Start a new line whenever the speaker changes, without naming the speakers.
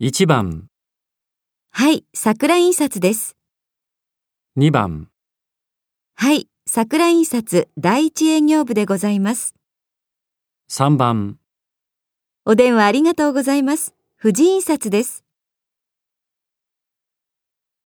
1番、
はい、桜印刷です。
2番、
はい、桜印刷第一営業部でございます。
3番。
お電話ありがとうございます。富士印刷です。